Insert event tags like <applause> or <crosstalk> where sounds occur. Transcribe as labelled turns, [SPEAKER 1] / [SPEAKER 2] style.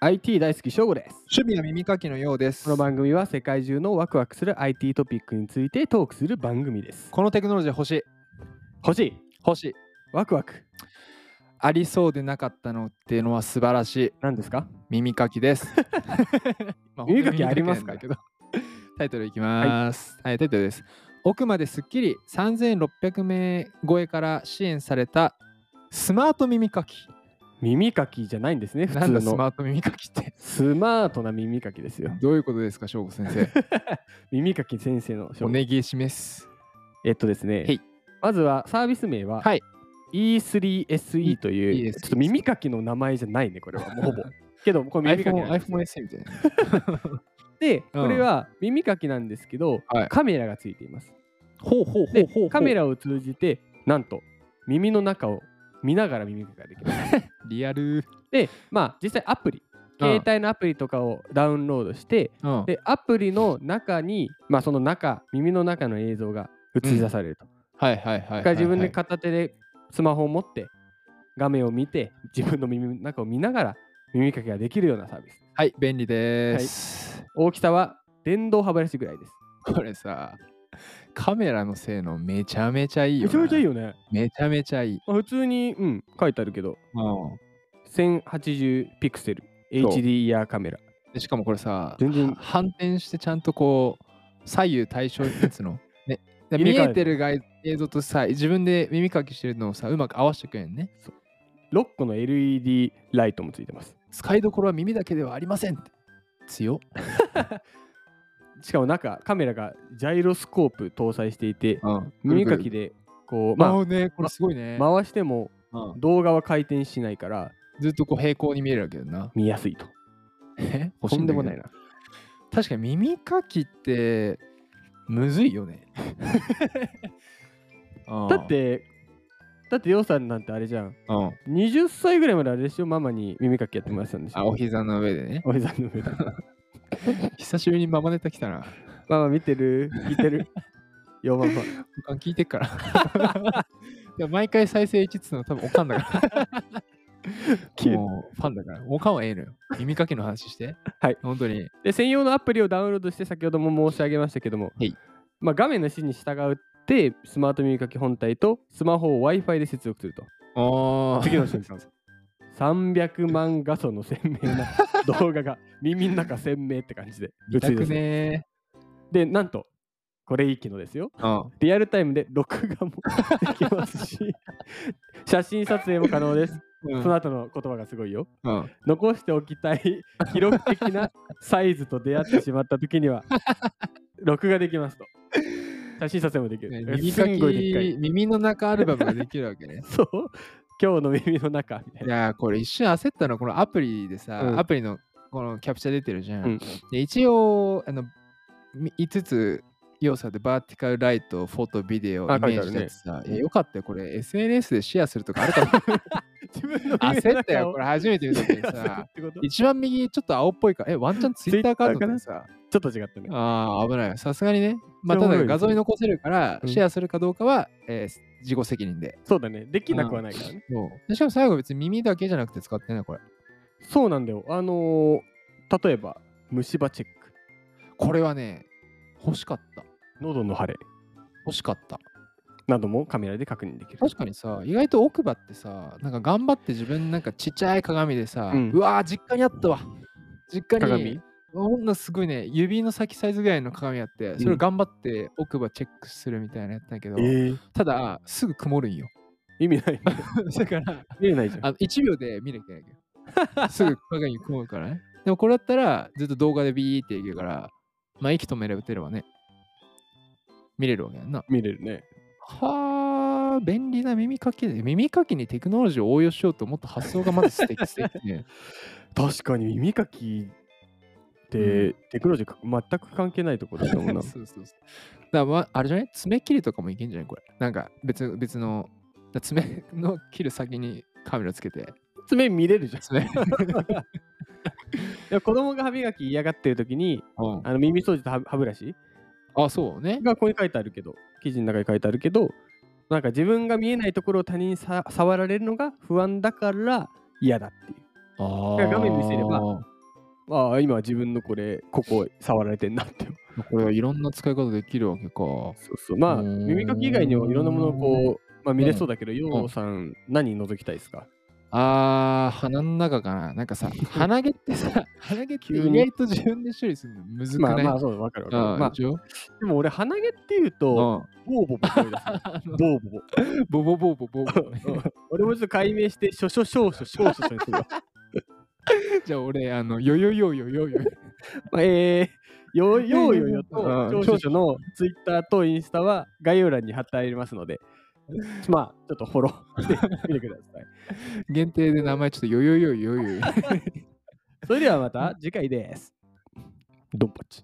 [SPEAKER 1] IT 大好き翔吾です。
[SPEAKER 2] 趣味は耳かきのようです
[SPEAKER 1] この番組は世界中のワクワクする IT トピックについてトークする番組です。
[SPEAKER 2] このテクノロジー欲しい
[SPEAKER 1] 欲しい
[SPEAKER 2] 欲しい
[SPEAKER 1] ワクワク
[SPEAKER 2] ありそうでなかったのっていうのは素晴らしい
[SPEAKER 1] なんですか
[SPEAKER 2] 耳かきです <laughs> まあ
[SPEAKER 1] 耳かきありますか
[SPEAKER 2] 本当に耳きなんだけど <laughs> タイトルいきますはい、タイトルです奥まですっきり3600名超えから支援されたスマート耳かき
[SPEAKER 1] 耳かきじゃないんですね、普
[SPEAKER 2] なんだ
[SPEAKER 1] 通
[SPEAKER 2] スマ
[SPEAKER 1] の。
[SPEAKER 2] ート耳かきって
[SPEAKER 1] スマートな耳かきですよ。
[SPEAKER 2] どういうことですか翔吾 <laughs> 先生
[SPEAKER 1] 耳かき先生の翔
[SPEAKER 2] お
[SPEAKER 1] 吾、
[SPEAKER 2] 願いします
[SPEAKER 1] えっとですね、
[SPEAKER 2] はい
[SPEAKER 1] まずはサービス名は、
[SPEAKER 2] はい
[SPEAKER 1] E3SE という、
[SPEAKER 2] E3SE
[SPEAKER 1] ちょっと耳かきの名前じゃないね、こ
[SPEAKER 2] <laughs>
[SPEAKER 1] れはもうほぼ。けど、これ耳かきなんですよ
[SPEAKER 2] iPhoneSE みたいな
[SPEAKER 1] で、
[SPEAKER 2] うん
[SPEAKER 1] これは耳かきなんですけど、
[SPEAKER 2] はい
[SPEAKER 1] カメラがついています。
[SPEAKER 2] ほうほう
[SPEAKER 1] で、カメラを通じて、なんと耳の中を見ながら耳かきができます。
[SPEAKER 2] リアル
[SPEAKER 1] で、まあ実際アプリ、携帯のアプリとかをダウンロードして、
[SPEAKER 2] うん
[SPEAKER 1] で、アプリの中に、まあその中、耳の中の映像が映し出されると。
[SPEAKER 2] はいはいはいはい、
[SPEAKER 1] だ
[SPEAKER 2] は
[SPEAKER 1] から
[SPEAKER 2] い。
[SPEAKER 1] 自分で片手でスマホを持って、画面を見て、自分の耳の中を見ながら耳かきができるようなサービス。
[SPEAKER 2] はい、便利です、
[SPEAKER 1] 大きさは電動歯ブラシぐらいです。
[SPEAKER 2] これさ、カメラの性能めちゃめちゃいいよ。
[SPEAKER 1] めちゃめちゃいい
[SPEAKER 2] よ。
[SPEAKER 1] よね。
[SPEAKER 2] めちゃめちゃいい。
[SPEAKER 1] まあ普通に、うん、書いてあるけど、1080ピクセル、
[SPEAKER 2] そう
[SPEAKER 1] HD イヤーカメラ。
[SPEAKER 2] でしかもこれさ、
[SPEAKER 1] 全然
[SPEAKER 2] は反転してちゃんとこう、左右対称や
[SPEAKER 1] <laughs>
[SPEAKER 2] つの。ね、で
[SPEAKER 1] 入
[SPEAKER 2] 見
[SPEAKER 1] れ替える
[SPEAKER 2] えてるが映像とさ、自分で耳かきしてるのをさ、うまく合わせてくれんね。
[SPEAKER 1] 6個の LED ライトもついてます。
[SPEAKER 2] 使いどころは耳だけではありませんって。強っ。
[SPEAKER 1] しかも中、カメラがジャイロスコープ搭載していて、
[SPEAKER 2] うん
[SPEAKER 1] 耳かき
[SPEAKER 2] で。
[SPEAKER 1] で、こう、
[SPEAKER 2] ま
[SPEAKER 1] ま
[SPEAKER 2] あね、これすごいね。
[SPEAKER 1] あ、回しても
[SPEAKER 2] うん
[SPEAKER 1] 動画は回転しないから
[SPEAKER 2] ずっとこう平行に見えるわけだな。
[SPEAKER 1] 見やすいと。
[SPEAKER 2] え
[SPEAKER 1] とんでもないな。
[SPEAKER 2] 確かに耳かきってむずいよ
[SPEAKER 1] <laughs>
[SPEAKER 2] ね。
[SPEAKER 1] だ
[SPEAKER 2] だ
[SPEAKER 1] っ、て、だって、ようさんなんてあれじゃん。
[SPEAKER 2] うん、
[SPEAKER 1] 20歳ぐらいまであれでしょ、ママに耳かきやってもらってたんでし
[SPEAKER 2] あ
[SPEAKER 1] ょ。
[SPEAKER 2] お膝の上でね。
[SPEAKER 1] おじさんの上
[SPEAKER 2] <laughs>
[SPEAKER 1] で。
[SPEAKER 2] 久しぶりにママネタ来たな。
[SPEAKER 1] ママ見てる聞いて
[SPEAKER 2] <laughs>
[SPEAKER 1] るよ、ママ。
[SPEAKER 2] あ聞いてっから。 <laughs> いや毎回再生1つの多分おかんだから。
[SPEAKER 1] <laughs> 消える
[SPEAKER 2] もうファンだから。おかんはええのよ。耳かきの話して。
[SPEAKER 1] はい。
[SPEAKER 2] 本当に。
[SPEAKER 1] で専用のアプリをダウンロードして先ほども申し上げましたけども、
[SPEAKER 2] はい
[SPEAKER 1] まあ、画面の指示に従ってスマート耳かき本体とスマホを w i f i で接続すると
[SPEAKER 2] お
[SPEAKER 1] 次の瞬間300万画素の鮮明な動画が耳の中鮮明って感じで映
[SPEAKER 2] 見
[SPEAKER 1] り
[SPEAKER 2] た
[SPEAKER 1] 出
[SPEAKER 2] く
[SPEAKER 1] す、
[SPEAKER 2] ね
[SPEAKER 1] でなんとこれいい機能ですよ
[SPEAKER 2] ー。
[SPEAKER 1] リアルタイムで録画もできますし
[SPEAKER 2] <laughs>
[SPEAKER 1] 写真撮影も可能です
[SPEAKER 2] うん。
[SPEAKER 1] その後の言葉がすごいよ
[SPEAKER 2] うん。
[SPEAKER 1] 残しておきたい
[SPEAKER 2] <laughs>
[SPEAKER 1] 記録的なサイズと出会ってしまった時
[SPEAKER 2] <laughs>
[SPEAKER 1] には録画できますと写真撮影もできる
[SPEAKER 2] 耳
[SPEAKER 1] す
[SPEAKER 2] か
[SPEAKER 1] んごいでっかい
[SPEAKER 2] き、耳の中アルバムができるわけね。
[SPEAKER 1] そう今日の耳の中みたい
[SPEAKER 2] い
[SPEAKER 1] な
[SPEAKER 2] やーこれ一瞬焦ったのこのアプリでさ、
[SPEAKER 1] うん
[SPEAKER 2] アプリのこのキャプチャー出てるじゃん、
[SPEAKER 1] うん
[SPEAKER 2] で一応あのみ5つ要素でバーティカルライトフォトビデオ
[SPEAKER 1] あ
[SPEAKER 2] イメージだってさ、いやよかったよこれ SNS でシェアするとかあるかも
[SPEAKER 1] 自分の耳の
[SPEAKER 2] <laughs> 焦った
[SPEAKER 1] 中
[SPEAKER 2] よ
[SPEAKER 1] を
[SPEAKER 2] これ初めて見た時に
[SPEAKER 1] 焦る
[SPEAKER 2] さ
[SPEAKER 1] ってこと
[SPEAKER 2] 一番右ちょっと青っぽいからえワンチャンツイッターかと思ってさ
[SPEAKER 1] ちょっと違ったね
[SPEAKER 2] あー危ないさすがにねまあ
[SPEAKER 1] それ
[SPEAKER 2] た
[SPEAKER 1] おもろ
[SPEAKER 2] だ
[SPEAKER 1] いですね
[SPEAKER 2] 画像に残せるから
[SPEAKER 1] うん
[SPEAKER 2] シェアするかどうかは、えー自己責任で
[SPEAKER 1] そうだねできなくはないからね、
[SPEAKER 2] そうでしかも最後別に耳だけじゃなくて使ってないこれ
[SPEAKER 1] そうなんだよあのー、例えば虫歯チェック
[SPEAKER 2] これはね欲しかった
[SPEAKER 1] 喉の腫れ
[SPEAKER 2] 欲しかった
[SPEAKER 1] などもカメラで確認できる
[SPEAKER 2] 確かにさ意外と奥歯ってさなんか頑張って自分なんかちっちゃい鏡でさ、
[SPEAKER 1] う
[SPEAKER 2] うんわー実家にあったわ実家に
[SPEAKER 1] 鏡
[SPEAKER 2] ほんのすごいね指の先サイズぐらいの鏡あってそれを頑張って奥歯チェックするみたいなやったんやけど、
[SPEAKER 1] えー、
[SPEAKER 2] ただすぐ曇るんよ
[SPEAKER 1] 意味ないね
[SPEAKER 2] <laughs> だから
[SPEAKER 1] 見えないじゃん
[SPEAKER 2] あの1秒で見なきゃいけないけ <laughs> どすぐ鏡に曇るからねでもこれだったらずっと動画でビーっていけるからまあ息止めれば打てればね見れるわけやんな
[SPEAKER 1] 見れるね
[SPEAKER 2] はあ、便利な耳かきで、耳かきにテクノロジーを応用しようと思った発想がまず素敵素敵ね。
[SPEAKER 1] 確かに耳かきって、
[SPEAKER 2] う
[SPEAKER 1] テクノロジーか全く関係ないところだと思う
[SPEAKER 2] <laughs> そ
[SPEAKER 1] <laughs>
[SPEAKER 2] う
[SPEAKER 1] な。
[SPEAKER 2] そうそう。だから、まあ、あれじゃない爪切りとかもいけんじゃないこれ。なんか別別の、だ爪の切る先にカメラつけて、
[SPEAKER 1] 爪見れるじ <laughs> ゃん。い
[SPEAKER 2] 爪。
[SPEAKER 1] や子供が歯磨き嫌がってる時に
[SPEAKER 2] うん
[SPEAKER 1] あの耳掃除と歯歯ブラシ
[SPEAKER 2] あ、そうね。
[SPEAKER 1] がここに書いてあるけど記事の中に書いてあるけどなんか自分が見えないところを他人にさ触られるのが不安だから嫌だっていう
[SPEAKER 2] あ
[SPEAKER 1] 画面見せればああ、今自分のこれ、ここ触られてんなって。
[SPEAKER 2] これはいろんな使い方できるわけか。
[SPEAKER 1] そうそう。まあ、
[SPEAKER 2] うーん
[SPEAKER 1] 耳かき以外にもいろんなものをこう、まあ見れそうだけど、ようさん、何覗きたいですか
[SPEAKER 2] あー、鼻の中かな。なんか <laughs> さ、鼻毛ってさ、鼻毛って
[SPEAKER 1] 急
[SPEAKER 2] 意
[SPEAKER 1] に
[SPEAKER 2] 外と自分で処理するのむずく
[SPEAKER 1] まあ
[SPEAKER 2] ない
[SPEAKER 1] まあ、そう、わかるわかる。
[SPEAKER 2] あー
[SPEAKER 1] まあ
[SPEAKER 2] で、しょ
[SPEAKER 1] でも俺、鼻毛っていう
[SPEAKER 2] う
[SPEAKER 1] と、
[SPEAKER 2] ん
[SPEAKER 1] <laughs> ボーボボ思い出すねボーボボ。
[SPEAKER 2] ボボボボボ <laughs> ボ。
[SPEAKER 1] 俺もちょっと解明して、しょしょしょしょしょしょにす <laughs> るわ。
[SPEAKER 2] じゃあ俺、あの、よよよよよよ。
[SPEAKER 1] まあえー、 <laughs> よよよよ
[SPEAKER 2] うん
[SPEAKER 1] と、長所のツイッターとインスタは概要欄に貼ってありますので、まあ、ちょっとフォローしてみてください。
[SPEAKER 2] 限定で名前ちょっとよよよよよよ。
[SPEAKER 1] それではまた次回です。ドンパッチ。